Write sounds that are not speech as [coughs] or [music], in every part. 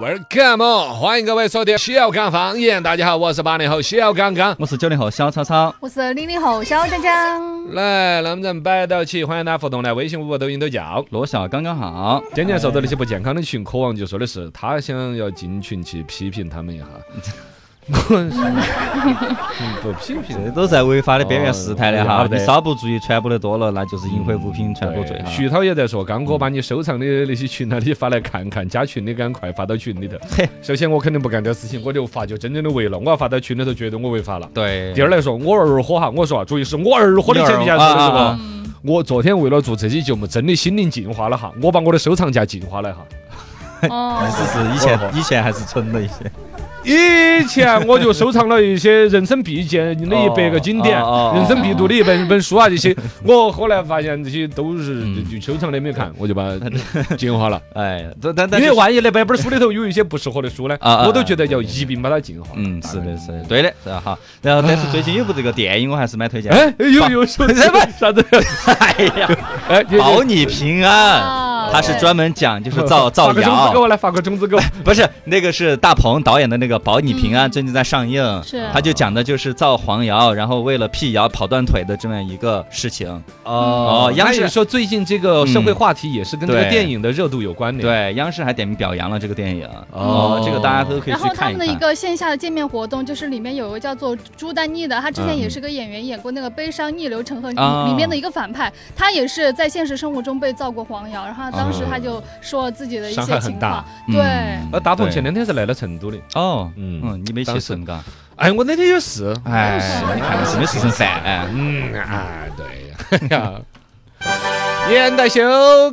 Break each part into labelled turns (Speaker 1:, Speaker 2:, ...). Speaker 1: Welcome on，欢迎各位收听小刚方言。大家好，我是八零后小刚刚。
Speaker 2: 我是九零后小超超，
Speaker 3: 我是零零后小张张，
Speaker 1: 来，能不能摆到起？欢迎大家互动来，微信、微博、抖音都叫。
Speaker 2: 落笑刚刚好，
Speaker 1: 今年受到那些不健康的群渴望，就说的是他想要进群去批评他们一下。我嗯不批评
Speaker 2: 这都在违法的边缘试探的
Speaker 1: 哦
Speaker 2: 哈
Speaker 1: 对。
Speaker 2: 你稍不注意，传播的多了，那就是淫秽物品传播罪
Speaker 1: 对
Speaker 2: 哈。
Speaker 1: 徐涛也在说，刚哥把你收藏的那些群啊，你发来看看，加群的赶快发到群里头。
Speaker 2: 嘿
Speaker 1: 首先我肯定不干这事情，我就发觉真正的违了，我要发到群里头，觉得我违法了。
Speaker 2: 对
Speaker 1: 第二来说，我儿豁哈，我说啊，注意是我儿豁的前提下
Speaker 2: 你儿豁
Speaker 1: 是
Speaker 2: 啊啊
Speaker 1: 不？我昨天为了做这期节目，真的心灵净化了哈，我把我的收藏夹净化了哈。
Speaker 3: 哦
Speaker 2: 但，是是以
Speaker 1: 我
Speaker 2: 前以前还是存了一些，
Speaker 1: 以前我就收藏了一些人生必见的一百个经典
Speaker 2: 哦哦哦、哦嗯
Speaker 1: 人生必读的一本本书啊，这些我后来发现这些都是就收藏的没有看，我
Speaker 2: [laughs]
Speaker 1: 就把它净化了。
Speaker 2: 哎，但 [laughs] 但
Speaker 1: 因
Speaker 2: 但
Speaker 1: 为
Speaker 2: 就是
Speaker 1: 万一那本本书里头有一些不适合的书呢，
Speaker 2: 啊啊啊
Speaker 1: 我都觉得要一并把它净化。
Speaker 2: 嗯，是的，是的，对的，是的哈。然后但是最近有部这个电影，我还是蛮推荐的。
Speaker 1: 哎，有
Speaker 2: [laughs]
Speaker 1: 有说
Speaker 2: 什么
Speaker 1: 啥子？
Speaker 2: 哎呀， [laughs]
Speaker 1: 哎，有有
Speaker 2: 保你平安
Speaker 3: 哦，
Speaker 2: 他是专门讲哦就是造造
Speaker 1: 发个种子给
Speaker 2: 谣，
Speaker 1: 我来，发个种子给我。
Speaker 2: 不是那个是大鹏导演的那个《保你平安》，最近在上映，
Speaker 3: 嗯是
Speaker 2: 他就讲的就是造黄谣，然后为了辟谣跑断腿的这么一个事情。
Speaker 1: 哦嗯
Speaker 2: 哦央视
Speaker 1: 那也说最近这个社会话题也是跟这个
Speaker 2: 对
Speaker 1: 电影的热度有关联。
Speaker 2: 对，央视还点名表扬了这个电影。
Speaker 1: 哦
Speaker 2: 这个大家都可以
Speaker 3: 然
Speaker 2: 去
Speaker 3: 后他
Speaker 2: 看
Speaker 3: 们的
Speaker 2: 一
Speaker 3: 一
Speaker 2: 看。
Speaker 3: 个线下的见面活动，就是里面有一个叫做朱丹妮的，她之前也是个演员，演过那个《悲伤逆流成河》
Speaker 2: 嗯啊
Speaker 3: 里里面的一个反派，她也是在现实生活中被造过黄谣，然后她当时
Speaker 2: 嗯
Speaker 3: 她就说了自己的一
Speaker 1: 伤害
Speaker 3: 些
Speaker 1: 很
Speaker 3: 情
Speaker 1: 大
Speaker 3: 况，对，
Speaker 2: 哎
Speaker 1: 呃，大鹏
Speaker 2: 对
Speaker 1: 前两天是来了成都的。
Speaker 2: 哦，
Speaker 1: 嗯
Speaker 2: 嗯嗯，你没
Speaker 1: 当
Speaker 2: 去
Speaker 1: 时
Speaker 2: 成嘎？
Speaker 1: 哎，我那天有事。
Speaker 2: 哎，你看你是没吃成饭哎。
Speaker 1: 嗯，哎，对 [laughs] 呀。严大修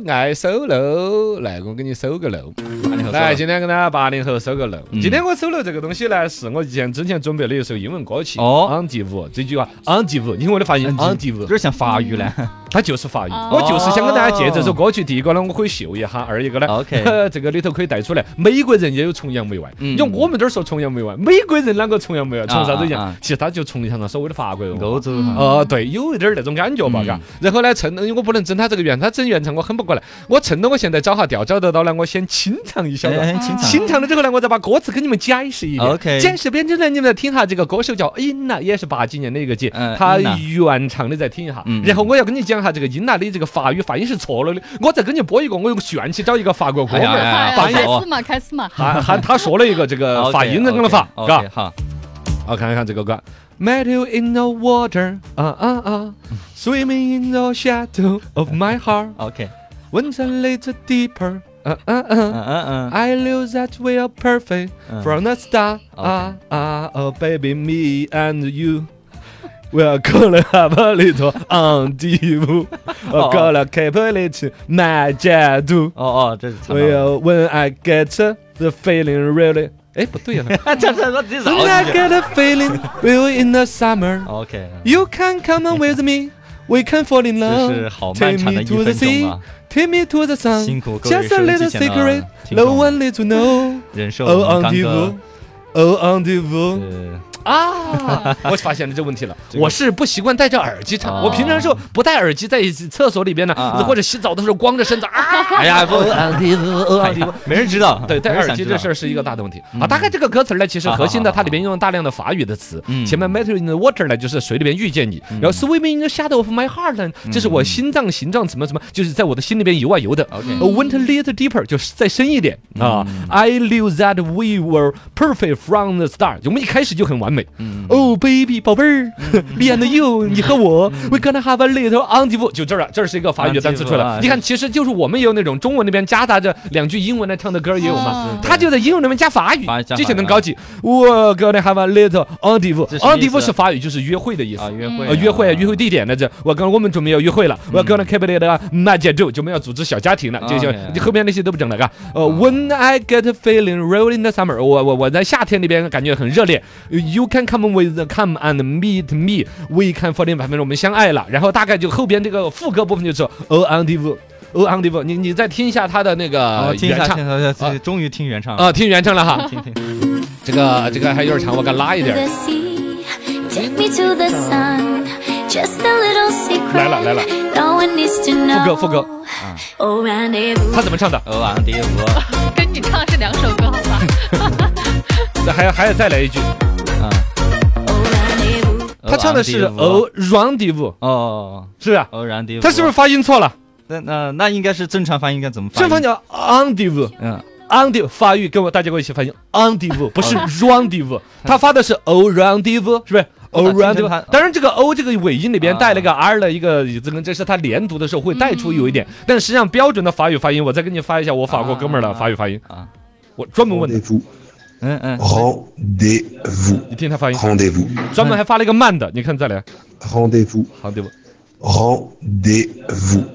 Speaker 1: 爱收楼，来，我给你收个楼。来，今天跟大家八零后收个楼。
Speaker 2: 嗯
Speaker 1: 今天我收楼这个东西呢，是我以前之前准备的一首英文歌曲。
Speaker 2: 哦
Speaker 1: ，On the w 这句话，On the w 你听我的发音，On the
Speaker 2: 有
Speaker 1: w
Speaker 2: 点像嗯法语呢。
Speaker 1: 它就是法语。
Speaker 3: 哦
Speaker 1: 我就是想跟大家借这首歌曲，第一个呢，我可以秀一下；二一个呢
Speaker 2: [laughs] OK
Speaker 1: [laughs] 这个里头可以带出来，美国人也有崇洋媚外。
Speaker 2: 嗯
Speaker 1: 因为我们这儿说崇洋媚外，美国人啷个崇洋媚外？崇啥子
Speaker 2: 啊啊
Speaker 1: 洋
Speaker 2: 啊？
Speaker 1: 其实他就崇尚了所谓的法国文化。
Speaker 2: 欧洲哈。
Speaker 1: 呃，对，有一点儿那种感觉吧，
Speaker 2: 嗯
Speaker 1: 嘎、然后呢，趁我不能整他这个原，他整原唱我哼不过来，我趁着我现在找下调，找得到了，我先清唱一小段。
Speaker 2: 哎，清
Speaker 1: 清
Speaker 2: 唱。
Speaker 1: 唱了之后呢，我再把歌词给你们解释一遍。
Speaker 2: OK
Speaker 1: 解释遍之后呢，你们来听哈，这个歌手叫英娜，也是八几年的一个姐，
Speaker 2: 嗯
Speaker 1: 她
Speaker 2: 英娜
Speaker 1: 原唱的再听一下
Speaker 2: 嗯。
Speaker 1: 然后我要跟你讲哈，这个英娜的这个法语发音是错了的，我再给你播一个，我用旋去找一个法国哥们
Speaker 2: 哎
Speaker 1: 儿，
Speaker 2: 呀
Speaker 3: 哎
Speaker 2: 哎
Speaker 3: 开
Speaker 2: 呀
Speaker 3: 始嘛，开始嘛，
Speaker 1: 喊喊他说了一个这
Speaker 2: 哦
Speaker 1: 个发音啷个的法，嘎。
Speaker 2: 嘎？好。
Speaker 1: 我看一看这个歌。Met you in the water, 啊啊啊，swimming in the shadow of my heart,
Speaker 2: OK。
Speaker 1: once a little deeper, 啊啊啊。
Speaker 2: 嗯嗯
Speaker 1: I knew that we are perfect
Speaker 2: 嗯。
Speaker 1: from the start.
Speaker 2: OK
Speaker 1: Ah ah, oh baby, me and you. We're gonna have a little rendezvous. We're gonna keep a little magic. do.
Speaker 2: 哦哦，这是唱到了。
Speaker 1: Well, when I get the feeling really，哎，不对呀、
Speaker 2: 这这这直接
Speaker 1: [laughs]
Speaker 2: 绕
Speaker 1: When I
Speaker 2: 进去。
Speaker 1: get a feeling, we're in the summer.
Speaker 2: OK。嗯
Speaker 1: You can come on with me. We can fall in
Speaker 2: 这
Speaker 1: love.
Speaker 2: 是好漫长的
Speaker 1: Take
Speaker 2: 一
Speaker 1: me to the
Speaker 2: 分
Speaker 1: sea,
Speaker 2: 钟啊！
Speaker 1: take me to the sun.
Speaker 2: 辛苦各位
Speaker 1: Just a
Speaker 2: 收音
Speaker 1: little
Speaker 2: 机前的
Speaker 1: secret,
Speaker 2: 听
Speaker 1: no
Speaker 2: 众
Speaker 1: one needs to know.
Speaker 2: 忍受我
Speaker 1: Oh,
Speaker 2: 们
Speaker 1: on
Speaker 2: 刚
Speaker 1: the
Speaker 2: 哥
Speaker 1: w。Oh, on the w
Speaker 2: 呃，
Speaker 1: 啊！ [laughs] 我发现了这问题了，
Speaker 2: 这个
Speaker 1: 我是不习惯戴着耳机唱，
Speaker 2: 啊
Speaker 1: 我平常时候不戴耳机，在厕所里边呢
Speaker 2: 啊啊，
Speaker 1: 或者洗澡的时候光着身子
Speaker 2: [laughs]
Speaker 1: 啊。
Speaker 2: 哎
Speaker 1: [laughs]
Speaker 2: 呀，不，
Speaker 1: on the w,
Speaker 2: 哎
Speaker 1: on the
Speaker 2: 呀
Speaker 1: w
Speaker 2: 没人知道，
Speaker 1: 对，戴
Speaker 2: 没人
Speaker 1: 耳
Speaker 2: 想
Speaker 1: 机
Speaker 2: 知
Speaker 1: 这
Speaker 2: 道
Speaker 1: 事儿是一个大的问题
Speaker 2: 嗯
Speaker 1: 啊。大概这个歌词儿呢，其实核心的
Speaker 2: 好好好
Speaker 1: 它里边用了大量的法语的词。
Speaker 2: 啊嗯
Speaker 1: 前面 met you in the water 呢，就是水里边遇见你，然后 swimming in the shadow of my heart 呢，
Speaker 2: 嗯
Speaker 1: 这是我心脏形状怎么怎么，就是在我的心里边游啊游的。
Speaker 2: OK
Speaker 1: A Went a little deeper，就是再深一点啊。I knew that we were perfect from the start，就我们一开始就很完美。
Speaker 2: 嗯，
Speaker 1: 哦、baby，宝贝儿 [laughs] b e and you，你和我，we
Speaker 2: 嗯
Speaker 1: gonna have a little on the w o 就这儿啊，这是一个法语的单词出来
Speaker 2: rendezvous 啊
Speaker 1: 了。你看，其实就是我们也有那种中文那边夹杂着两句英文来唱的歌也有嘛，
Speaker 3: 嗯
Speaker 1: 他就在英文那边加法语
Speaker 2: 啊法语加，法语啊
Speaker 1: 这些能搞起。我 gonna have a little on the w o
Speaker 2: 这什么
Speaker 1: on
Speaker 2: 意
Speaker 1: the
Speaker 2: 思
Speaker 1: w o 是法语，就是约会的意思
Speaker 2: 啊，。约
Speaker 3: 呃
Speaker 2: 会
Speaker 1: 呃，
Speaker 2: 啊，嗯
Speaker 1: 约会啊，约会地点呢？这我跟我们准备要约会了，我要 gonna keep it up，那节奏就我们要组织小家庭了，这些
Speaker 2: OK
Speaker 1: 你后面那些都不整了，嘎。呃
Speaker 2: 啊
Speaker 1: ，When I get a feeling rolling in the summer，我我我在夏天那边感觉很热烈，You can come with come and meet me，We can fall in，反正我们相爱了。然后大概就后边这个副歌部分就是 Oh on the w o h on the w o 你你再听一下他的那个
Speaker 2: 哦，听一
Speaker 1: 呃原
Speaker 2: 下，
Speaker 1: 唱
Speaker 2: 听一下，
Speaker 1: 啊
Speaker 2: 终于听原唱了，
Speaker 1: 啊，听原唱了哈，
Speaker 2: 听听。
Speaker 1: 这个这个还有点长，我该拉一
Speaker 4: the
Speaker 1: 点。
Speaker 4: sea. Take me to the sun. Just a little secret.
Speaker 1: 来了来了，
Speaker 4: No one needs to know.
Speaker 1: 副歌副歌
Speaker 4: Oh, rendezvous.
Speaker 1: 他怎么唱的？
Speaker 2: 欧昂哦迪夫，
Speaker 3: 跟你唱是两首歌，好吧？
Speaker 1: 还还要再来一句，
Speaker 2: 啊，
Speaker 4: Oh, rendezvous.
Speaker 1: 他唱的是 Oh
Speaker 2: 欧
Speaker 1: rendezvous，
Speaker 2: 哦
Speaker 1: 是啊不是？
Speaker 2: 欧然迪夫，
Speaker 1: 他是不是？发音错了？
Speaker 2: 那那那应该是正常发音，应该怎么发音？
Speaker 1: 正方叫 rendezvous。
Speaker 2: 嗯
Speaker 1: rendezvous 发育，跟我大家跟我一起发音
Speaker 2: [laughs]
Speaker 1: rendezvous，不
Speaker 2: 哦
Speaker 1: 是 rendezvous，他发的是 o rendezvous，是不是？o
Speaker 2: 我打听成
Speaker 1: rendezvous，
Speaker 2: 哦他啊
Speaker 1: 当然这个 o 这个尾音里边带了个 r 的一个子根，这是他连读的时候会带出有一点，但实际上标准的法语发音，我再给你发一下我法国哥们儿的法语发音
Speaker 2: 嗯啊，
Speaker 1: 我专门问的，
Speaker 5: Rendez-vous.
Speaker 2: 嗯嗯，
Speaker 1: 哦
Speaker 5: Rendez-vous.
Speaker 1: 你听他发音，
Speaker 5: Rendez-vous.
Speaker 1: 专门还发了一个慢的，你看再来
Speaker 5: Rendez-vous.
Speaker 1: rendezvous，rendezvous，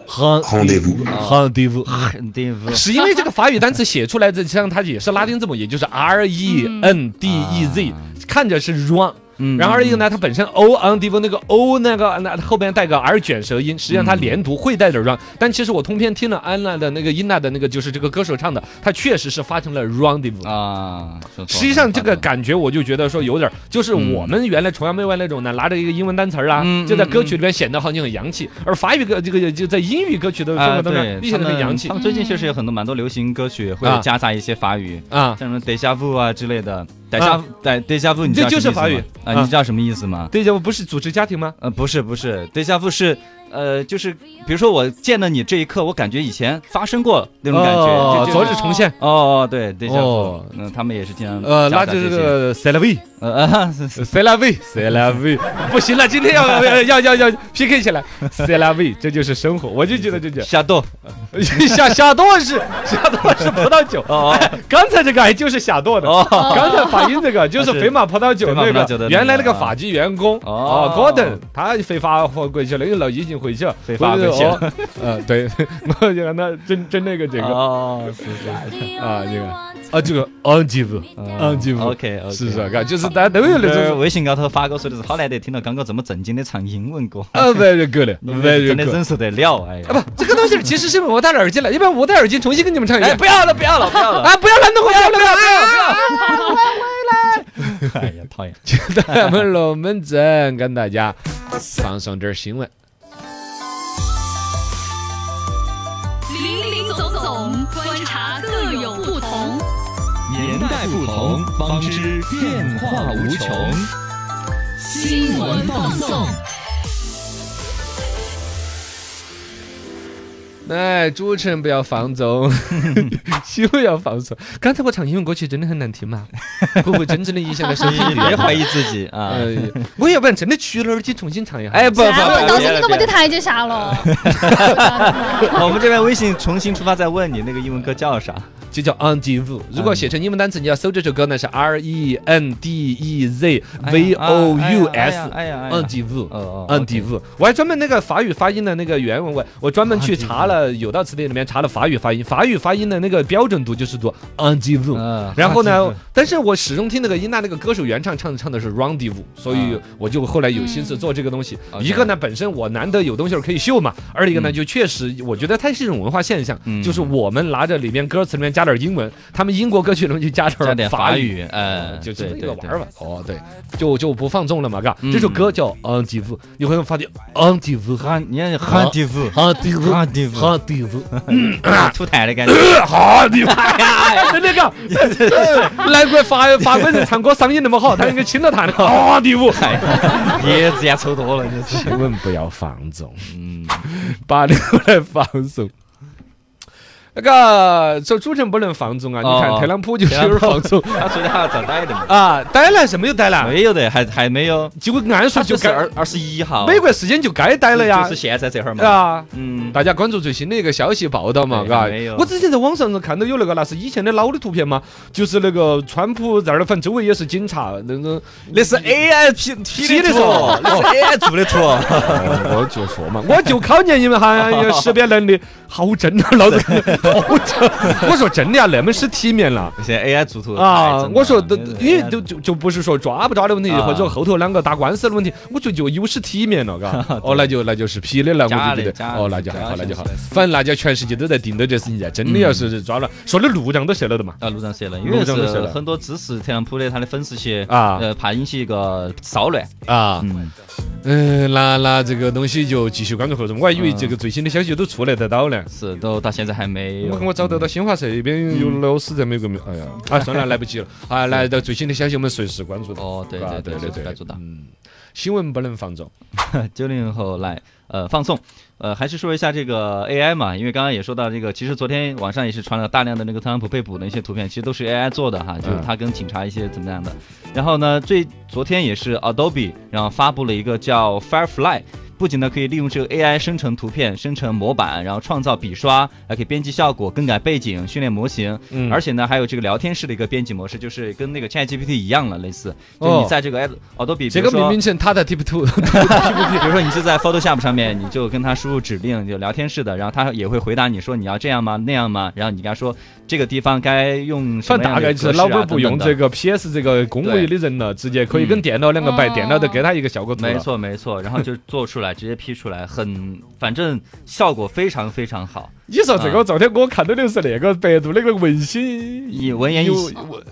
Speaker 5: Rendez-vous. Rendez-vous.
Speaker 1: rendezvous。
Speaker 2: 很迪夫，
Speaker 1: [laughs] 是因为这个法语单词写出来的，像它也是拉丁字母，也就是 R E N D E Z，、看着是 run。
Speaker 2: 嗯
Speaker 1: 然后而且呢，它本身 o on d e 那个 o 那个那后边带个 r 卷舌音，实际上它连读会带着 run，、但
Speaker 2: 嗯
Speaker 1: 其实我通篇听了安娜的那个英娜的那个，就是这个歌手唱的，它确实是发成了 rendezvous。
Speaker 2: 啊，说错了
Speaker 1: 实际上这个
Speaker 2: 说错了
Speaker 1: 感觉我就觉得说有点儿，就是我们原来崇洋媚外那种呢，拿着一个英文单词儿啊，
Speaker 2: 嗯
Speaker 1: 就在歌曲里边显得好像很洋气，而法语歌这个就在英语歌曲的风
Speaker 2: 啊，
Speaker 1: 格当中
Speaker 2: 对，
Speaker 1: 明显的
Speaker 2: 他
Speaker 1: 很
Speaker 2: 们
Speaker 1: 洋气
Speaker 2: 他们最近确实有很多蛮多流行歌曲会
Speaker 1: 啊
Speaker 2: 夹杂一些法语，
Speaker 1: 啊。
Speaker 2: 像什么 deja vu 啊之类的，deja d e j a vu，你知道
Speaker 1: 这就是
Speaker 2: 什么意思吗
Speaker 1: 法语
Speaker 2: 啊，
Speaker 1: 啊
Speaker 2: 你知道什么意思吗？
Speaker 1: 对呀，我不是组织家庭吗？
Speaker 2: 呃，不是不是，deja vu 是呃，就是比如说我见了你这一刻，我感觉以前发生过那种感觉，
Speaker 1: 哦
Speaker 2: 就就
Speaker 1: 昨日重现。
Speaker 2: 哦，对，deja
Speaker 1: 哦
Speaker 2: vu，嗯，他们也是经常
Speaker 1: 呃，
Speaker 2: 夹
Speaker 1: 拉
Speaker 2: 杂
Speaker 1: 着
Speaker 2: 这
Speaker 1: 这
Speaker 2: 些，
Speaker 1: 个 c e l a v i
Speaker 2: 呃啊，
Speaker 1: c e l a v i c e l a v i
Speaker 2: [laughs]
Speaker 1: 不行了，今天要要 [laughs] 要要要 PK 起来 c e l a v i 这就是生活，我就觉得这就 [laughs]
Speaker 2: 夏豆，
Speaker 1: 夏夏多是夏多是葡萄酒，
Speaker 2: 哦
Speaker 1: 哎刚才这个还就是夏多的。
Speaker 2: 哦啊
Speaker 1: 刚才法音这
Speaker 2: [laughs]
Speaker 1: 个就是
Speaker 2: 是
Speaker 1: 肥马葡萄酒
Speaker 2: 肥马
Speaker 1: 那
Speaker 2: 葡萄酒的
Speaker 1: 个，
Speaker 2: 那
Speaker 1: 原来那
Speaker 2: 个
Speaker 1: 个
Speaker 2: 啊
Speaker 1: 法籍员工
Speaker 2: 哦
Speaker 1: 哦，Gordon，他非法回去了，因为老已经回
Speaker 2: [laughs]
Speaker 1: 去了，
Speaker 2: 非法回去了
Speaker 1: 了。 [laughs] 呃，对，我就让他真真那个这个
Speaker 2: 哦，是是是
Speaker 4: The
Speaker 1: [laughs] Ah,
Speaker 4: only
Speaker 1: yeah. Ah.
Speaker 4: one
Speaker 1: 啊，这个 on give
Speaker 2: 哦
Speaker 1: on give
Speaker 2: ，OK OK，
Speaker 1: 嗯是是，嘎，就是大家都 [laughs] 有那
Speaker 2: 就是
Speaker 1: 种
Speaker 2: 微信高头发过说的是，好难得听到刚刚这么正经的唱英文
Speaker 1: [laughs]
Speaker 2: 歌，
Speaker 1: 啊，very good，very
Speaker 2: 真的
Speaker 1: good。
Speaker 2: 忍受得了，哎呀，
Speaker 1: 啊 [laughs] 不，这个东西其实是我戴了耳机了，要不然我戴耳机重新跟你们唱一
Speaker 2: 哎，
Speaker 1: 遍。
Speaker 2: 不要了，不要
Speaker 1: [laughs]
Speaker 2: 了，不要了，
Speaker 1: 啊，不要乱动我，不要乱动我，
Speaker 2: 哎呀，讨厌。
Speaker 1: 不要。咱们龙门阵跟大家放送点新闻。
Speaker 3: 林林总总，观察各有不同。
Speaker 6: 年代不同，方知变化无
Speaker 2: [laughs]
Speaker 6: 穷。
Speaker 3: 新闻放送。
Speaker 1: 哎，主持人不要放 [laughs] 纵，休要放松。刚才我唱英文歌曲真的很难听 [laughs] 嘛？会不会真正的影响到身体
Speaker 2: 你
Speaker 1: 力
Speaker 2: 别
Speaker 1: 量？
Speaker 2: 怀疑自己啊！
Speaker 1: 哎呀，我要不然真的取了耳机重新唱一下。
Speaker 2: 哎，不不
Speaker 3: 啊，
Speaker 2: 不，
Speaker 3: 我当
Speaker 2: 别
Speaker 3: 时
Speaker 2: 了
Speaker 3: 你可不
Speaker 2: 别
Speaker 3: 得
Speaker 2: 了
Speaker 3: 抬这啥了？
Speaker 2: 我们这边微信重新出发再问你那个英文歌叫啥？
Speaker 1: 就叫 on d e v o 如果写成英文单词，你要搜这首歌呢是 R E N D E Z
Speaker 2: 哎呀
Speaker 1: V O U
Speaker 2: 哎呀
Speaker 1: S
Speaker 2: 哎呀哎呀哎呀
Speaker 1: on d e v o
Speaker 2: 哦
Speaker 1: on d e v o 我还专门那个法语发音的那个原文，我我专门去查了有道词典里面查了法语发音，法语发音的那个标准读就是读 on d e v o
Speaker 2: 嗯
Speaker 1: 然后呢，但是我始终听那个英娜那个歌手原唱唱的唱的是 rendezvous，所以
Speaker 2: 啊
Speaker 1: 我就后来有心思做这个东西。
Speaker 2: OK
Speaker 1: 一个呢，本身我难得有东西儿可以秀嘛；二一个呢，
Speaker 2: 嗯
Speaker 1: 就确实我觉得它是一种文化现象，
Speaker 2: 嗯
Speaker 1: 就是我们拿着里面歌词里面加点儿英文，他们英国歌曲里面就加点
Speaker 2: 加
Speaker 1: 儿
Speaker 2: 点
Speaker 1: 法
Speaker 2: 法
Speaker 1: 语。
Speaker 2: 语，呃，
Speaker 1: 就这
Speaker 2: 对
Speaker 1: 么一
Speaker 2: 对
Speaker 1: 个玩儿
Speaker 2: 对，
Speaker 1: 法哦，对，就就不放纵了嘛，嘎。
Speaker 2: 嗯
Speaker 1: 这首歌叫《rendezvous》，你会发现，rendezvous，
Speaker 2: 哈，你看哈蒂夫，啊
Speaker 1: rendezvous，
Speaker 2: [coughs] rendezvous
Speaker 1: rendezvous，
Speaker 2: 吐痰的感觉，
Speaker 1: 好你妈呀！那个，难怪法法国人唱歌嗓音那么好，他应该清了弹的。rendezvous，
Speaker 2: 哎呀椰子也抽多了，你是，
Speaker 1: 千万不要放纵。
Speaker 2: 嗯，
Speaker 1: 把流来放松。那个说主人不能放纵啊！你
Speaker 2: 哦
Speaker 1: 看特朗普就是有点放纵
Speaker 2: 他说的还要再呆一点嘛。
Speaker 1: 啊，呆了什么又呆了，
Speaker 2: 没有的，还还没有，
Speaker 1: 结果按说
Speaker 2: 他
Speaker 1: 就
Speaker 2: 就是
Speaker 1: 该
Speaker 2: 二二十一号，
Speaker 1: 美国时间就该呆了呀
Speaker 2: 就是，现在这会儿嘛。
Speaker 1: 啊。
Speaker 2: 嗯，
Speaker 1: 大家关注最新的一个消息报道嘛，
Speaker 2: 对
Speaker 1: 嘎
Speaker 2: 还哎没有。
Speaker 1: 我之前在网上是看到有那个那是以前的老的图片嘛，就是那个川普在那儿，反正周围也是警察那
Speaker 2: [laughs]
Speaker 1: 种。
Speaker 2: 那是 AI P P
Speaker 1: 的
Speaker 2: 的哦图，
Speaker 1: 图
Speaker 2: 那是 AI 做的图，
Speaker 1: 我就说嘛，我就考验你们哈有识别能力，好真啊，老子看着好真。我说真的啊，那么是体面了。
Speaker 2: 现在 AI 做图太
Speaker 1: 啊
Speaker 2: 真，了
Speaker 1: 我说的
Speaker 2: 真的，
Speaker 1: 因为
Speaker 2: AI
Speaker 1: 就就就不是说抓不抓的问题，
Speaker 2: 啊
Speaker 1: 或者后头啷个打官司的问题，我觉得就有失体面了，
Speaker 2: [laughs]
Speaker 1: 嘎。哦，那就那就是批的了，我
Speaker 2: 假的
Speaker 1: 就觉得，
Speaker 2: 假的
Speaker 1: 哦，那就还好，
Speaker 2: 假
Speaker 1: 那
Speaker 2: 的
Speaker 1: 就好
Speaker 2: 假的。
Speaker 1: 反正那家全世界都在盯着这事情噻，真的
Speaker 2: 嗯
Speaker 1: 要是抓了，说的路障都设了的嘛。
Speaker 2: 啊，路上写了，因
Speaker 1: 路
Speaker 2: 为
Speaker 1: 上都写
Speaker 2: 是
Speaker 1: 了
Speaker 2: 很多支持特朗普的他的粉丝些
Speaker 1: 啊
Speaker 2: 呃，怕引起一个骚乱。
Speaker 1: 啊，
Speaker 2: 嗯，
Speaker 1: 嗯，那那这个东西就继续关注后头，我还以为这个最新的消息都出来得到呢。
Speaker 2: 是都到现在还嗯没有。嗯
Speaker 1: 我看我找得到新华社那边有老师在美国没？
Speaker 2: [laughs]
Speaker 1: 哎呀，啊，算了，来不及了。啊，来到最新的消息，我们随时关注的。
Speaker 2: 哦，对
Speaker 1: 啊
Speaker 2: 对
Speaker 1: 对
Speaker 2: 对
Speaker 1: 对
Speaker 2: 关注到。
Speaker 1: 嗯，新闻不能放纵。
Speaker 2: 九零后来呃放送，呃还是说一下这个 AI 嘛，因为刚刚也说到这个，其实昨天网上也是传了大量的那个特朗普被捕的一些图片，其实都是 AI 做的
Speaker 1: 嗯
Speaker 2: 哈，就是他跟警察一些怎么样的。然后呢，最昨天也是呃 Adobe 然后发布了一个叫 Firefly。不仅呢可以利用这个 AI 生成图片、生成模板，然后创造笔刷，还可以编辑效果、更改背景、训练模型，
Speaker 1: 嗯
Speaker 2: 而且呢还有这个聊天式的一个编辑模式，就是跟那个 ChatGPT 一样了，类似。就
Speaker 1: 哦
Speaker 2: 你在这个 Adobe，比
Speaker 1: 这
Speaker 2: 如
Speaker 1: 个
Speaker 2: 说
Speaker 1: 明明成他在 Tip
Speaker 2: [laughs]
Speaker 1: Two， [laughs]
Speaker 2: 比如说你是在 Photoshop 上面，你就跟他输入指令，就聊天式的，然后他也会回答你说你要这样吗？那样吗？然后你跟他说这个地方该用什
Speaker 1: 反
Speaker 2: 么
Speaker 1: 正
Speaker 2: 样
Speaker 1: 大
Speaker 2: 的格
Speaker 1: 概就
Speaker 2: 式
Speaker 1: 是
Speaker 2: 啊
Speaker 1: 老板不用这
Speaker 2: 等
Speaker 1: 个 PS 这个工位的人了，直接可以跟电脑两个摆，
Speaker 3: 嗯
Speaker 1: 电脑都给他一个效果图
Speaker 2: 等的。
Speaker 1: 了
Speaker 2: 没。错没错，然后就做出来，直接 P 出来，很反正效果非常非常好。
Speaker 1: 你说这个，昨天我看到的是那个百度那个文心
Speaker 2: 以文言一
Speaker 1: 有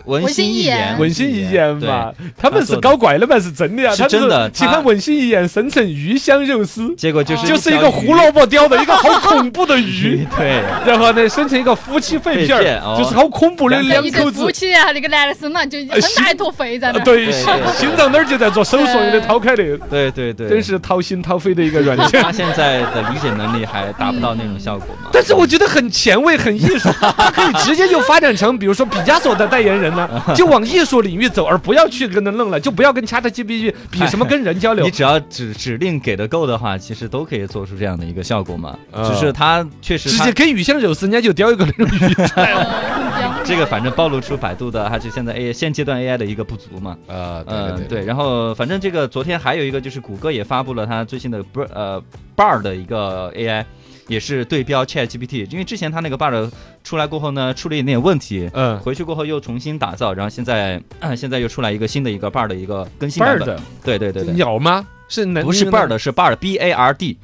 Speaker 2: 文
Speaker 3: 文
Speaker 2: 心
Speaker 3: 心一
Speaker 2: 一
Speaker 3: 言
Speaker 2: 言，
Speaker 1: 文心一言
Speaker 2: 对
Speaker 1: 嘛，他们是搞怪的嘛，是真的呀，
Speaker 2: 是
Speaker 1: 他们
Speaker 2: 真的
Speaker 1: 喜
Speaker 2: 他
Speaker 1: 欢文心一言生成鱼香肉丝，
Speaker 2: 结果就是
Speaker 1: 就是一
Speaker 2: 条
Speaker 1: 个
Speaker 2: 鱼
Speaker 1: 胡萝卜雕的一个好恐怖的鱼
Speaker 2: 鱼，， [laughs] 对。
Speaker 1: 然后呢生成一个夫妻肺片
Speaker 2: 肺片
Speaker 1: 儿，
Speaker 2: 哦
Speaker 1: 就是好恐怖的两
Speaker 3: 一
Speaker 1: 口
Speaker 3: 对
Speaker 1: 子
Speaker 3: 夫。妻啊，那个男的身上就很大一坨肥在那
Speaker 1: 呃
Speaker 3: 儿。
Speaker 2: 哎啊
Speaker 1: 对，
Speaker 2: 对
Speaker 1: 心
Speaker 2: 对
Speaker 1: 心脏那儿就在做手术，有点掏开的，
Speaker 2: 对对对，
Speaker 1: 真是掏心掏肺的一个软
Speaker 2: [laughs]
Speaker 1: 件。
Speaker 2: 他现在的理解能力还达不到那种效果嘛？
Speaker 1: 但是我觉得很前卫，很艺术，它可以直接就发展成，比如说毕加索的代言人
Speaker 2: [laughs]
Speaker 1: 呢、就往艺术领域走，而不要去跟他弄了，就不要跟 ChatGPT 比什么跟人交
Speaker 2: [laughs]
Speaker 1: 流
Speaker 2: 你。只要指指令给的够的话，其实都可以做出这样的一个效果嘛。
Speaker 1: 啊
Speaker 2: 只是它确实
Speaker 1: 直
Speaker 2: 它
Speaker 1: 接跟鱼香肉丝，人家就叼一个
Speaker 2: [laughs]
Speaker 1: 那种鱼。
Speaker 3: 嗯，
Speaker 2: 这个反正暴露出百度的还是现在 AI 现阶段 AI 的一个不足嘛。
Speaker 1: 啊，
Speaker 2: 嗯，对。然后反正这个昨天还有一个就是谷歌也发布了它最新的 Bar 呃 Bar 的一个 AI。也是对标 ChatGPT，因为之前它那个 Bar 的出来过后呢，出了一点问题，
Speaker 1: 嗯
Speaker 2: 回去过后又重新打造，然后现在、啊现在又出来一个新的一个 Bar 的一个更新版
Speaker 1: ，bird
Speaker 2: 本，对对对对，
Speaker 1: 鸟吗？是男
Speaker 2: 不是 Bar 的，是 Bar B A R D，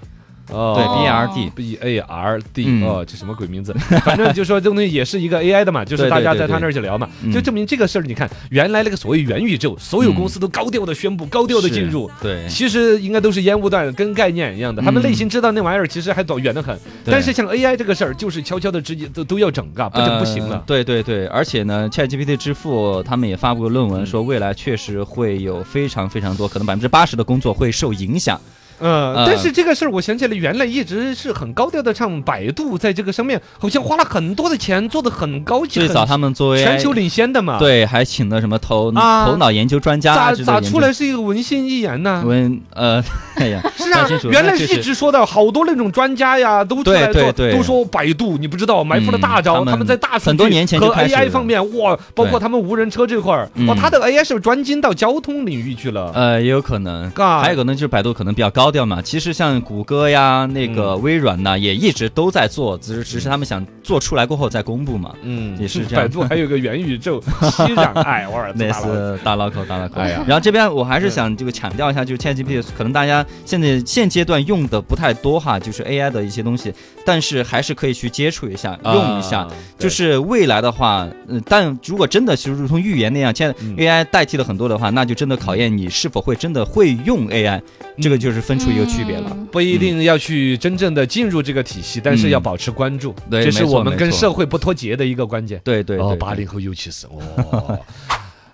Speaker 1: 哦，
Speaker 2: 对 B A R D，
Speaker 1: B A R D
Speaker 2: 嗯
Speaker 1: 哦，这什么鬼名字？反正就说这东西也是一个 AI 的嘛，就是
Speaker 2: 对对
Speaker 1: 大家
Speaker 2: 对
Speaker 1: 在他
Speaker 2: 对
Speaker 1: 那儿去聊嘛，
Speaker 2: 嗯
Speaker 1: 就证明这个事儿。你看，原来那个所谓元宇宙，所有公司都高调的宣布，高调的进入，
Speaker 2: 对，
Speaker 1: 其实应该都是烟雾弹，跟概念一样的。他们内心知道那玩意儿其实还走远得很，
Speaker 2: 嗯对
Speaker 1: 但是像 AI 这个事儿，就是悄悄的直接都都要整个，不整不行
Speaker 2: 呃
Speaker 1: 了。
Speaker 2: 对对对，而且呢，ChatGPT 之父他们也发布过论
Speaker 1: 嗯
Speaker 2: 文，说未来确实会有非常非常多，可能百分之八十的工作会受影响。
Speaker 1: 嗯，
Speaker 2: 呃
Speaker 1: 但是这个事儿，我想起来，原来一直是很高调的唱，百度在这个上面好像花了很多的钱，做的很高级，
Speaker 2: 最早
Speaker 1: 很
Speaker 2: 他们作为
Speaker 1: 全球领先的嘛。，
Speaker 2: 对，还请了什么头、
Speaker 1: 啊
Speaker 2: 头脑研究专家
Speaker 1: 咋
Speaker 2: 啊之类的
Speaker 1: 咋
Speaker 2: 研
Speaker 1: 出
Speaker 2: 究
Speaker 1: 来是一个文心一言呢？
Speaker 2: 文呃， [laughs] 哎呀，
Speaker 1: [laughs] 是啊
Speaker 2: 搞清，楚
Speaker 1: 原
Speaker 2: 那
Speaker 1: 来
Speaker 2: 就是
Speaker 1: 一直说的好多那种专家呀，都出来
Speaker 2: 对
Speaker 1: 说，
Speaker 2: 对对
Speaker 1: 都说百度，你不知道埋伏了大
Speaker 2: 嗯
Speaker 1: 招，
Speaker 2: 他们
Speaker 1: 他们在大数据
Speaker 2: 很多年前
Speaker 1: 和
Speaker 2: 就开始
Speaker 1: AI 方面，哇，包
Speaker 2: 对
Speaker 1: 括他们无人车这块儿，
Speaker 2: 嗯
Speaker 1: 哇，他的 AI 是专精到交通领域去了。
Speaker 2: 呃，也有可能。
Speaker 1: 嘎
Speaker 2: 还有可能就是百度可能比较高调嘛，其实像谷歌呀、那个
Speaker 1: 嗯
Speaker 2: 微软呐，也一直都在做，只是只是他们想做出来过后再公布嘛。
Speaker 1: 嗯
Speaker 2: 也是这样
Speaker 1: 百度还有个元宇宙，
Speaker 2: [laughs]
Speaker 1: 熙壤，哎，我儿子
Speaker 2: 那
Speaker 1: 大了。
Speaker 2: 是大脑口，大脑口。
Speaker 1: 哎呀
Speaker 2: 然后这边我还是想这个强调一下，就是 ChatGPT 可能大家现在现阶段用的不太多哈，就是 AI 的一些东西，但是还是可以去接触一下，用一下
Speaker 1: 啊。
Speaker 2: 就
Speaker 1: 对
Speaker 2: 是未来的话，嗯，但如果真的是如同预言那样，现在
Speaker 1: 嗯
Speaker 2: AI 代替了很多的话，那就真的考验你是否会真的会用 AI，这个就是分出一个区别
Speaker 3: 嗯
Speaker 2: 了。
Speaker 1: 不一定要去真正的进入这个体系，但是要保持关注，
Speaker 2: 嗯对
Speaker 1: 这是
Speaker 2: 没错
Speaker 1: 我们
Speaker 2: 没
Speaker 1: 跟
Speaker 2: 错
Speaker 1: 社会不脱节的一个关键。
Speaker 2: 对对
Speaker 1: 哦，
Speaker 2: 对，
Speaker 1: 八零后尤其是哦。 [laughs]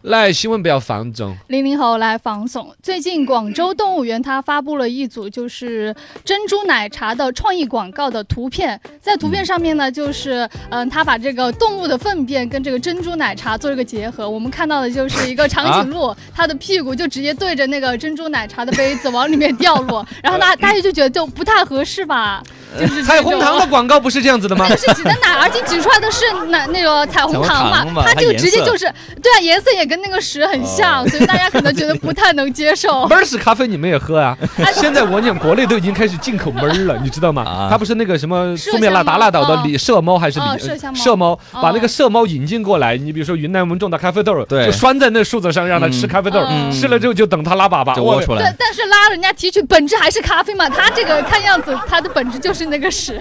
Speaker 1: 来，新闻不要放纵，
Speaker 3: 零零后来放松。最近广州动物园它发布了一组就是珍珠奶茶的创意广告的图片，在图
Speaker 2: 嗯
Speaker 3: 片上面呢，就是嗯，它把这个动物的粪便跟这个珍珠奶茶做一个结合。我们看到的就是一个长
Speaker 2: 啊
Speaker 3: 颈鹿，它的屁股就直接对着那个珍珠奶茶的杯子往里面掉落，
Speaker 2: 呃
Speaker 3: 然后大大家就觉得就不太合适吧，就是
Speaker 1: 彩虹糖的广告不是这样子的吗
Speaker 3: 那？个是挤的奶，而且挤出来的是奶那个彩
Speaker 2: [laughs]
Speaker 3: 虹
Speaker 2: 彩虹
Speaker 3: 糖
Speaker 2: 糖嘛，
Speaker 3: 嘛它
Speaker 2: 它
Speaker 3: 就
Speaker 2: 颜色哦
Speaker 3: 直接就是对啊，颜色也跟那个屎很像，
Speaker 2: [laughs]
Speaker 3: 所以大家可能觉得不太能接受。
Speaker 1: 门儿是咖啡，你们也喝啊？
Speaker 3: 哎
Speaker 1: 现在我讲国内都已经开始进口门儿了，你知道吗
Speaker 2: 啊？
Speaker 1: 它不是那个什么
Speaker 3: 麝
Speaker 1: 苏美拉
Speaker 3: 香
Speaker 1: 达
Speaker 3: 猫
Speaker 1: 纳岛的
Speaker 3: 哦
Speaker 1: 里麝猫还是
Speaker 3: 哦
Speaker 1: 里
Speaker 3: 麝香猫
Speaker 1: 麝猫，把那
Speaker 3: 哦
Speaker 1: 个麝猫引进过来。你比如说云南我们种的咖啡豆儿，
Speaker 2: 对
Speaker 1: 就拴在那树子上让它吃
Speaker 2: 嗯
Speaker 1: 咖啡豆儿，
Speaker 3: 嗯
Speaker 1: 吃了之后就等它拉粑粑，
Speaker 2: 就
Speaker 1: 哇
Speaker 2: 窝出
Speaker 3: 对
Speaker 2: 来，，
Speaker 3: 但是拉人家提取本质还是咖啡嘛，它这个看样子它的本质就是那个屎，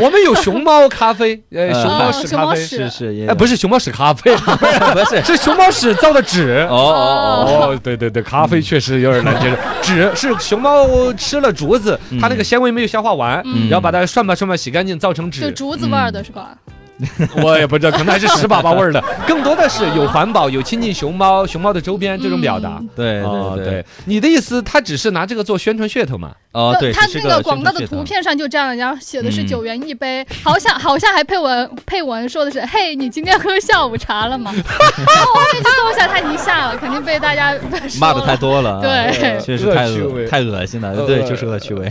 Speaker 1: 我们有熊猫咖啡，呃，
Speaker 2: 嗯
Speaker 1: 熊猫
Speaker 3: 哦
Speaker 1: 屎
Speaker 3: 熊
Speaker 1: 咖
Speaker 3: 猫
Speaker 1: 啡
Speaker 3: 屎。
Speaker 2: 是是也
Speaker 1: 哎，不是熊猫屎咖啡，
Speaker 2: 不是
Speaker 1: [laughs] 是熊猫屎造的纸。
Speaker 2: 哦哦哦，
Speaker 1: 哦，对对对，咖啡确实有点难
Speaker 2: [laughs]
Speaker 1: 接受。纸是熊猫吃了竹子，它那个纤维没有消化完，
Speaker 2: 嗯
Speaker 1: 然后把它涮吧涮吧洗干净，造成
Speaker 3: 就
Speaker 1: 纸。
Speaker 3: 竹子味儿的是吧？
Speaker 1: [laughs]
Speaker 2: 嗯
Speaker 1: 我也不知道，可能还是屎粑粑味
Speaker 2: [laughs]
Speaker 1: 儿的。更多的是有环保，有亲近熊猫、熊猫的周边这种表达。
Speaker 2: 对
Speaker 1: 哦，
Speaker 2: 嗯对对，，
Speaker 1: 你的意思，他只是拿这个做宣传噱头嘛？
Speaker 2: 哦对，
Speaker 3: 它
Speaker 2: 只是
Speaker 3: 那个
Speaker 2: 个
Speaker 3: 广告的图，片上就这样，然后写的是
Speaker 2: 嗯
Speaker 3: 九元一杯，好像好像还配文配文说的是，嘿，你今天喝下午茶了
Speaker 2: [laughs]
Speaker 3: 吗？然后我后面去搜一下它一下了，肯定被大家
Speaker 2: [laughs] 骂的太
Speaker 3: 多。
Speaker 2: 多了，啊
Speaker 3: 对
Speaker 2: [laughs] 确实太
Speaker 1: 恶趣味
Speaker 2: 恶太恶心
Speaker 1: [laughs]
Speaker 2: 了
Speaker 1: 恶，
Speaker 2: 对，就是恶趣味。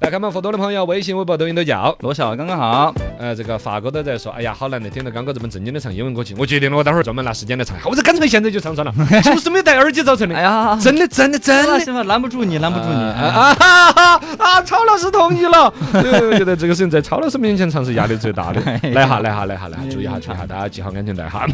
Speaker 1: 来看看佛多的朋友，微信、微博、抖音都有。
Speaker 2: 罗小刚刚好，
Speaker 1: 呃，这个法国都在说，哎呀，好难得听到刚哥这么正经的唱英文歌曲。我决定了，我待会儿专门拿时间来唱，我这干脆现在就唱算了，
Speaker 2: [laughs]
Speaker 1: 就是没有戴耳机造成的。
Speaker 2: 哎呀，
Speaker 1: 真的，真的，真
Speaker 2: 啊
Speaker 1: 的。
Speaker 2: 什么拦不住你，拦不住你啊！
Speaker 1: 啊啊啊！啊，曹老师同意了。 [laughs] 对，我觉得这个事情在曹老师面前唱是压力最
Speaker 2: [laughs]
Speaker 1: 大的。
Speaker 2: 哎
Speaker 1: 来哈，来哈，来哈，来哈，注意哈，注意哈，大家系好安全带哈。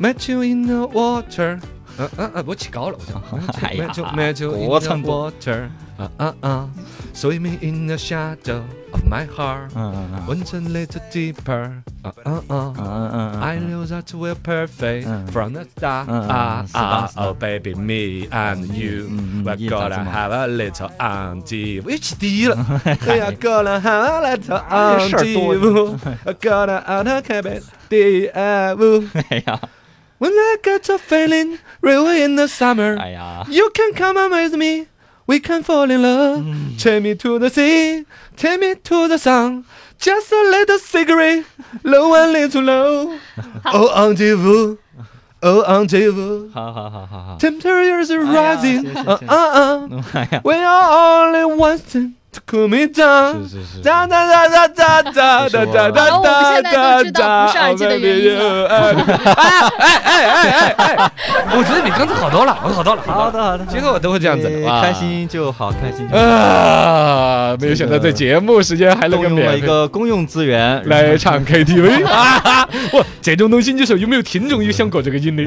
Speaker 1: Met you in the water。嗯嗯嗯，我起高
Speaker 2: [laughs]
Speaker 1: 了，我讲。
Speaker 2: 哎呀
Speaker 1: Met you, met you in
Speaker 2: 我
Speaker 1: the
Speaker 2: 唱不
Speaker 1: water。啊啊啊！Saw me in the shadow of my heart。
Speaker 2: 嗯嗯
Speaker 1: Went a little deeper。啊啊啊！
Speaker 2: 嗯嗯
Speaker 1: I know that we're perfect
Speaker 2: 嗯
Speaker 1: from the start.
Speaker 2: 嗯嗯
Speaker 1: 啊
Speaker 2: 是的
Speaker 1: 啊
Speaker 2: 是的
Speaker 1: ，Oh baby, me and you,
Speaker 2: 嗯嗯
Speaker 1: we're
Speaker 2: 一早
Speaker 1: gonna
Speaker 2: 上嘛
Speaker 1: have a little auntie。我又起低了。We're gonna have a little auntie. [laughs] We're gonna have a cabin. The air.
Speaker 2: [laughs] 哎呀，
Speaker 1: When I get a feeling, real in the summer.
Speaker 2: 哎呀，
Speaker 1: You can come on with me. We can fall in love. uh, Take me to the sea. Take me to the sun. Just a little cigarette. Low and little low. Oh, Auntie Vu. Oh, Auntie Vu.
Speaker 2: 好好好好好，
Speaker 1: Temperatures are
Speaker 2: 哎呀
Speaker 1: rising.
Speaker 2: 是是
Speaker 1: Uh,
Speaker 2: 是
Speaker 1: uh, uh.
Speaker 2: 哎呀，
Speaker 1: We are only one thing to cool me down.
Speaker 2: 是是是，
Speaker 1: Da da da da da da
Speaker 2: 是
Speaker 1: da
Speaker 2: 我
Speaker 1: da da
Speaker 3: 好我们
Speaker 1: da
Speaker 3: 现在
Speaker 1: da
Speaker 3: 都
Speaker 1: da. Oh,
Speaker 3: 知道不是耳机的
Speaker 1: baby,
Speaker 3: 原
Speaker 1: you
Speaker 3: 因了
Speaker 1: are- 哎哎哎哎哎哎！我觉得你刚才好多了，我好多了，好多了
Speaker 2: 好的好的，
Speaker 1: 今后我都会这样子的，哇
Speaker 2: 开。心就好，开心就好。
Speaker 1: 啊！没有想到在节目时间还能
Speaker 2: 动
Speaker 1: 跟
Speaker 2: 用
Speaker 1: 呃免
Speaker 2: 了一
Speaker 1: 费
Speaker 2: 个公用资源，
Speaker 1: 来唱 KTV 啊！哈哇，这种东西你说有没有听众也想过这个瘾的？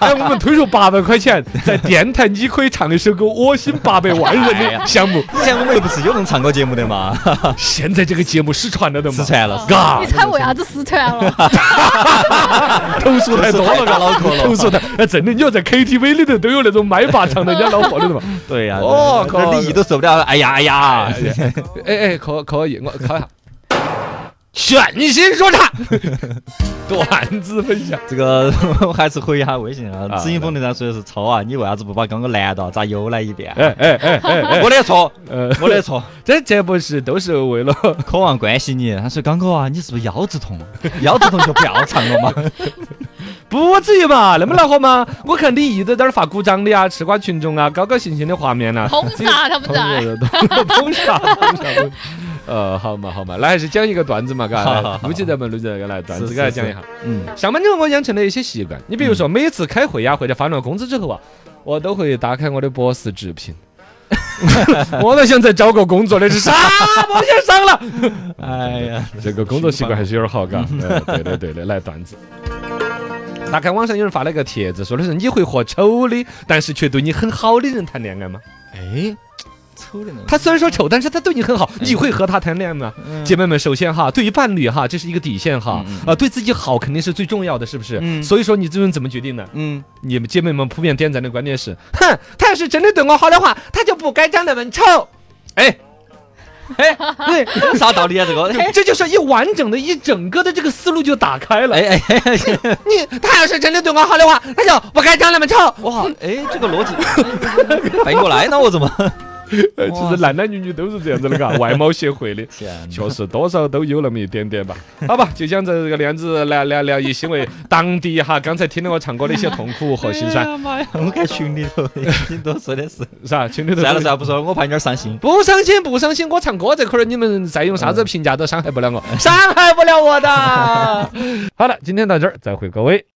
Speaker 1: 哎，我们推出八百块钱，在电台你可以唱一首歌，恶心八百万人的项目。
Speaker 2: 之前我们又不是有人唱歌节目的 [laughs] 嘛，
Speaker 1: 现在这个节目失传了的嘛
Speaker 2: 失？传了，
Speaker 1: 嘎
Speaker 3: [laughs] 你，猜我牙子失传了？
Speaker 1: [laughs] 投诉太多了，嘎，
Speaker 2: 老可了
Speaker 1: 投诉的，哎，真的，你要在 KTV 里头都有那种麦霸唱人家老火的嘛？
Speaker 2: 对呀，
Speaker 1: 哦
Speaker 2: 这
Speaker 1: 靠
Speaker 2: 利益都受不了，哎呀哎呀，
Speaker 1: 哎哎，可可以，我考一下。全新说唱， [laughs] 段子分享。
Speaker 2: 这个 [laughs] 我还是回一下微信啊
Speaker 1: 啊，
Speaker 2: 紫金风的他说的是超啊，你为啥子不把刚刚拦到？咋又来一遍？
Speaker 1: 哎哎哎哎哎，
Speaker 2: 我的错，
Speaker 1: 呃，
Speaker 2: 我的错，
Speaker 1: 这这不是都是为了
Speaker 2: 渴望关心你。他说刚哥啊，你是不是腰子痛？腰子痛就不要唱了 [laughs] 嘛。
Speaker 1: [laughs] 不至于吧？那么恼火吗？我看你一直在那儿发鼓掌的啊，吃瓜群众啊，高高兴兴的画面啊呐、
Speaker 3: 捧杀他不在。
Speaker 1: [laughs] 捧啥捧啥？呃，好嘛好嘛，那还是讲一个段子嘛，嘎，
Speaker 2: 好好
Speaker 1: 来
Speaker 2: 好
Speaker 1: 录起咱们录起来，来段
Speaker 2: 是
Speaker 1: 子
Speaker 2: 是
Speaker 1: 给大家讲一下。
Speaker 2: 嗯，
Speaker 1: 上班之后我养成了一些习惯，你比如说每次开会呀、或者发了工资之后啊，我都会打开我的博士直聘。 [laughs] 我都想再找个工作的是啥？我想上了。 [laughs]
Speaker 2: 哎呀，
Speaker 1: 这个工作习惯还是有点好， [laughs] 嘎。呃对的，对的，来段子。大概网上有人发了个帖子，说的是你会和丑的，但是却对你很好的人谈恋爱吗？
Speaker 2: 哎，丑的呢？
Speaker 1: 他虽然说丑，但是他对你很好，你会和他谈恋爱吗？
Speaker 2: 哎嗯
Speaker 1: 姐妹们，首先哈，对于伴侣哈，这是一个底线哈
Speaker 2: 嗯嗯，
Speaker 1: 啊，对自己好肯定是最重要的，是不是？
Speaker 2: 嗯
Speaker 1: 所以说你最终怎么决定呢？
Speaker 2: 嗯，
Speaker 1: 你们姐妹们普遍点赞的观点是，哼，他要是真的对我好的话，他就不该长那么丑。哎，
Speaker 2: 哎， [laughs] 对，啥道理啊？这
Speaker 1: [laughs]
Speaker 2: 个，哎
Speaker 1: 这就是一完整的一整个的这个思路就打开了。
Speaker 2: 哎哎哎，
Speaker 1: 你 [laughs] 他要是真的对我好的话，那就不该让你们吵。
Speaker 2: 哇，哎，这个逻辑哎反应过来，那我怎么？
Speaker 1: 呃其实男男女女都是这样子的，嘎， [laughs] 外貌协会的。
Speaker 2: 天哪
Speaker 1: 确实多少都有那么一点 [laughs] 点吧。好吧，就像这个样子来聊聊一些为当地哈，刚才听了我唱歌的一些痛苦和心 [laughs] 酸，
Speaker 2: 妈呀！我看群里头已经多说的是，
Speaker 1: 是吧？群里头
Speaker 2: 算了算了，不说了，我怕有点伤心。
Speaker 1: 不伤心不伤心，我唱歌这块儿你们再用啥子 [laughs] 评价都伤害不了我，伤害不了我的。好了，今天到这儿，再会各位。